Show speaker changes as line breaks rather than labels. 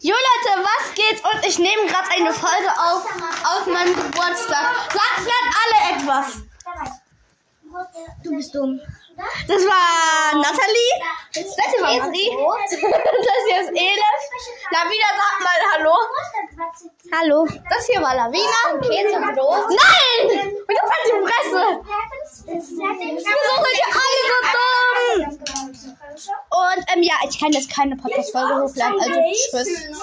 Jo Leute, was geht? Und ich nehme gerade eine Folge auf aus meinem Geburtstag. Sagt mir alle etwas.
Du bist dumm.
Das war Nathalie. Das hier war Marie. Das hier ist Elif. Lavina, sag mal Hallo.
Hallo.
Das hier war Lavina. Okay, jetzt los. Nein! Und jetzt halt die Fresse. Wieso seid ihr alle so dumm? Und ähm, ja, ich kann jetzt keine Podcast-Folge hochladen. Also tschüss.